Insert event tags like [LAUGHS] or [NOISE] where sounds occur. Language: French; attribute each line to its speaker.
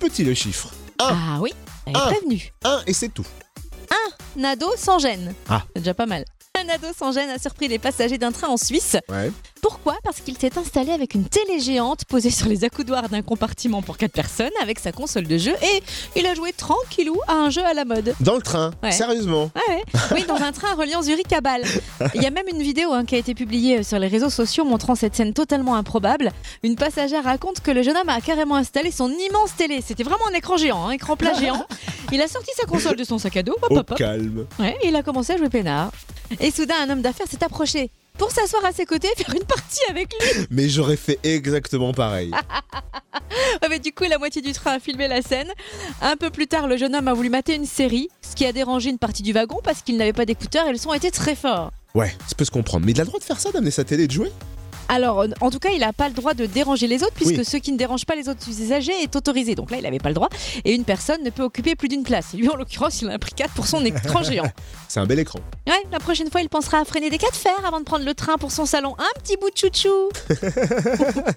Speaker 1: petit le chiffre.
Speaker 2: Ah oui, elle est
Speaker 1: Ah.
Speaker 2: prévenue.
Speaker 1: 1 et c'est tout.
Speaker 2: Un ado sans gêne.
Speaker 1: Ah.
Speaker 2: C'est déjà pas mal. Un ado sans gêne a surpris les passagers d'un train en Suisse.
Speaker 1: Ouais.
Speaker 2: Pourquoi Parce qu'il s'est installé avec une télé géante posée sur les accoudoirs d'un compartiment pour quatre personnes avec sa console de jeu et il a joué tranquillou à un jeu à la mode.
Speaker 1: Dans le train,
Speaker 2: Ouais.
Speaker 1: sérieusement.
Speaker 2: Ouais, ouais. Oui, dans un train reliant Zurich à Bâle. Il y a même une vidéo hein, qui a été publiée sur les réseaux sociaux montrant cette scène totalement improbable. Une passagère raconte que le jeune homme a carrément installé son immense télé. C'était vraiment un écran géant, un écran plat géant. Il a sorti sa console de son sac à dos, hop,
Speaker 1: Au
Speaker 2: hop, hop.
Speaker 1: calme.
Speaker 2: Ouais, et il a commencé à jouer peinard. Et soudain, un homme d'affaires s'est approché pour s'asseoir à ses côtés et faire une partie avec lui.
Speaker 1: Mais j'aurais fait exactement
Speaker 2: [LAUGHS]
Speaker 1: pareil.
Speaker 2: Ouais, mais du coup, la moitié du train a filmé la scène. Un peu plus tard, le jeune homme a voulu mater une série, ce qui a dérangé une partie du wagon parce qu'il n'avait pas d'écouteurs et le son était très fort.
Speaker 1: Ouais, ça peut se comprendre. Mais il a le droit de faire ça, d'amener sa télé et de jouer
Speaker 2: Alors, en tout cas, il n'a pas le droit de déranger les autres, puisque
Speaker 1: Oui.
Speaker 2: ce qui ne dérange pas les autres usagers est autorisé. Donc là, il n'avait pas le droit. Et une personne ne peut occuper plus d'une place. Et lui, en l'occurrence, il en a pris quatre pour son écran géant.
Speaker 1: C'est un bel écran.
Speaker 2: Ouais, la prochaine fois, il pensera à freiner des cas de fer avant de prendre le train pour son salon. Un petit bout de chouchou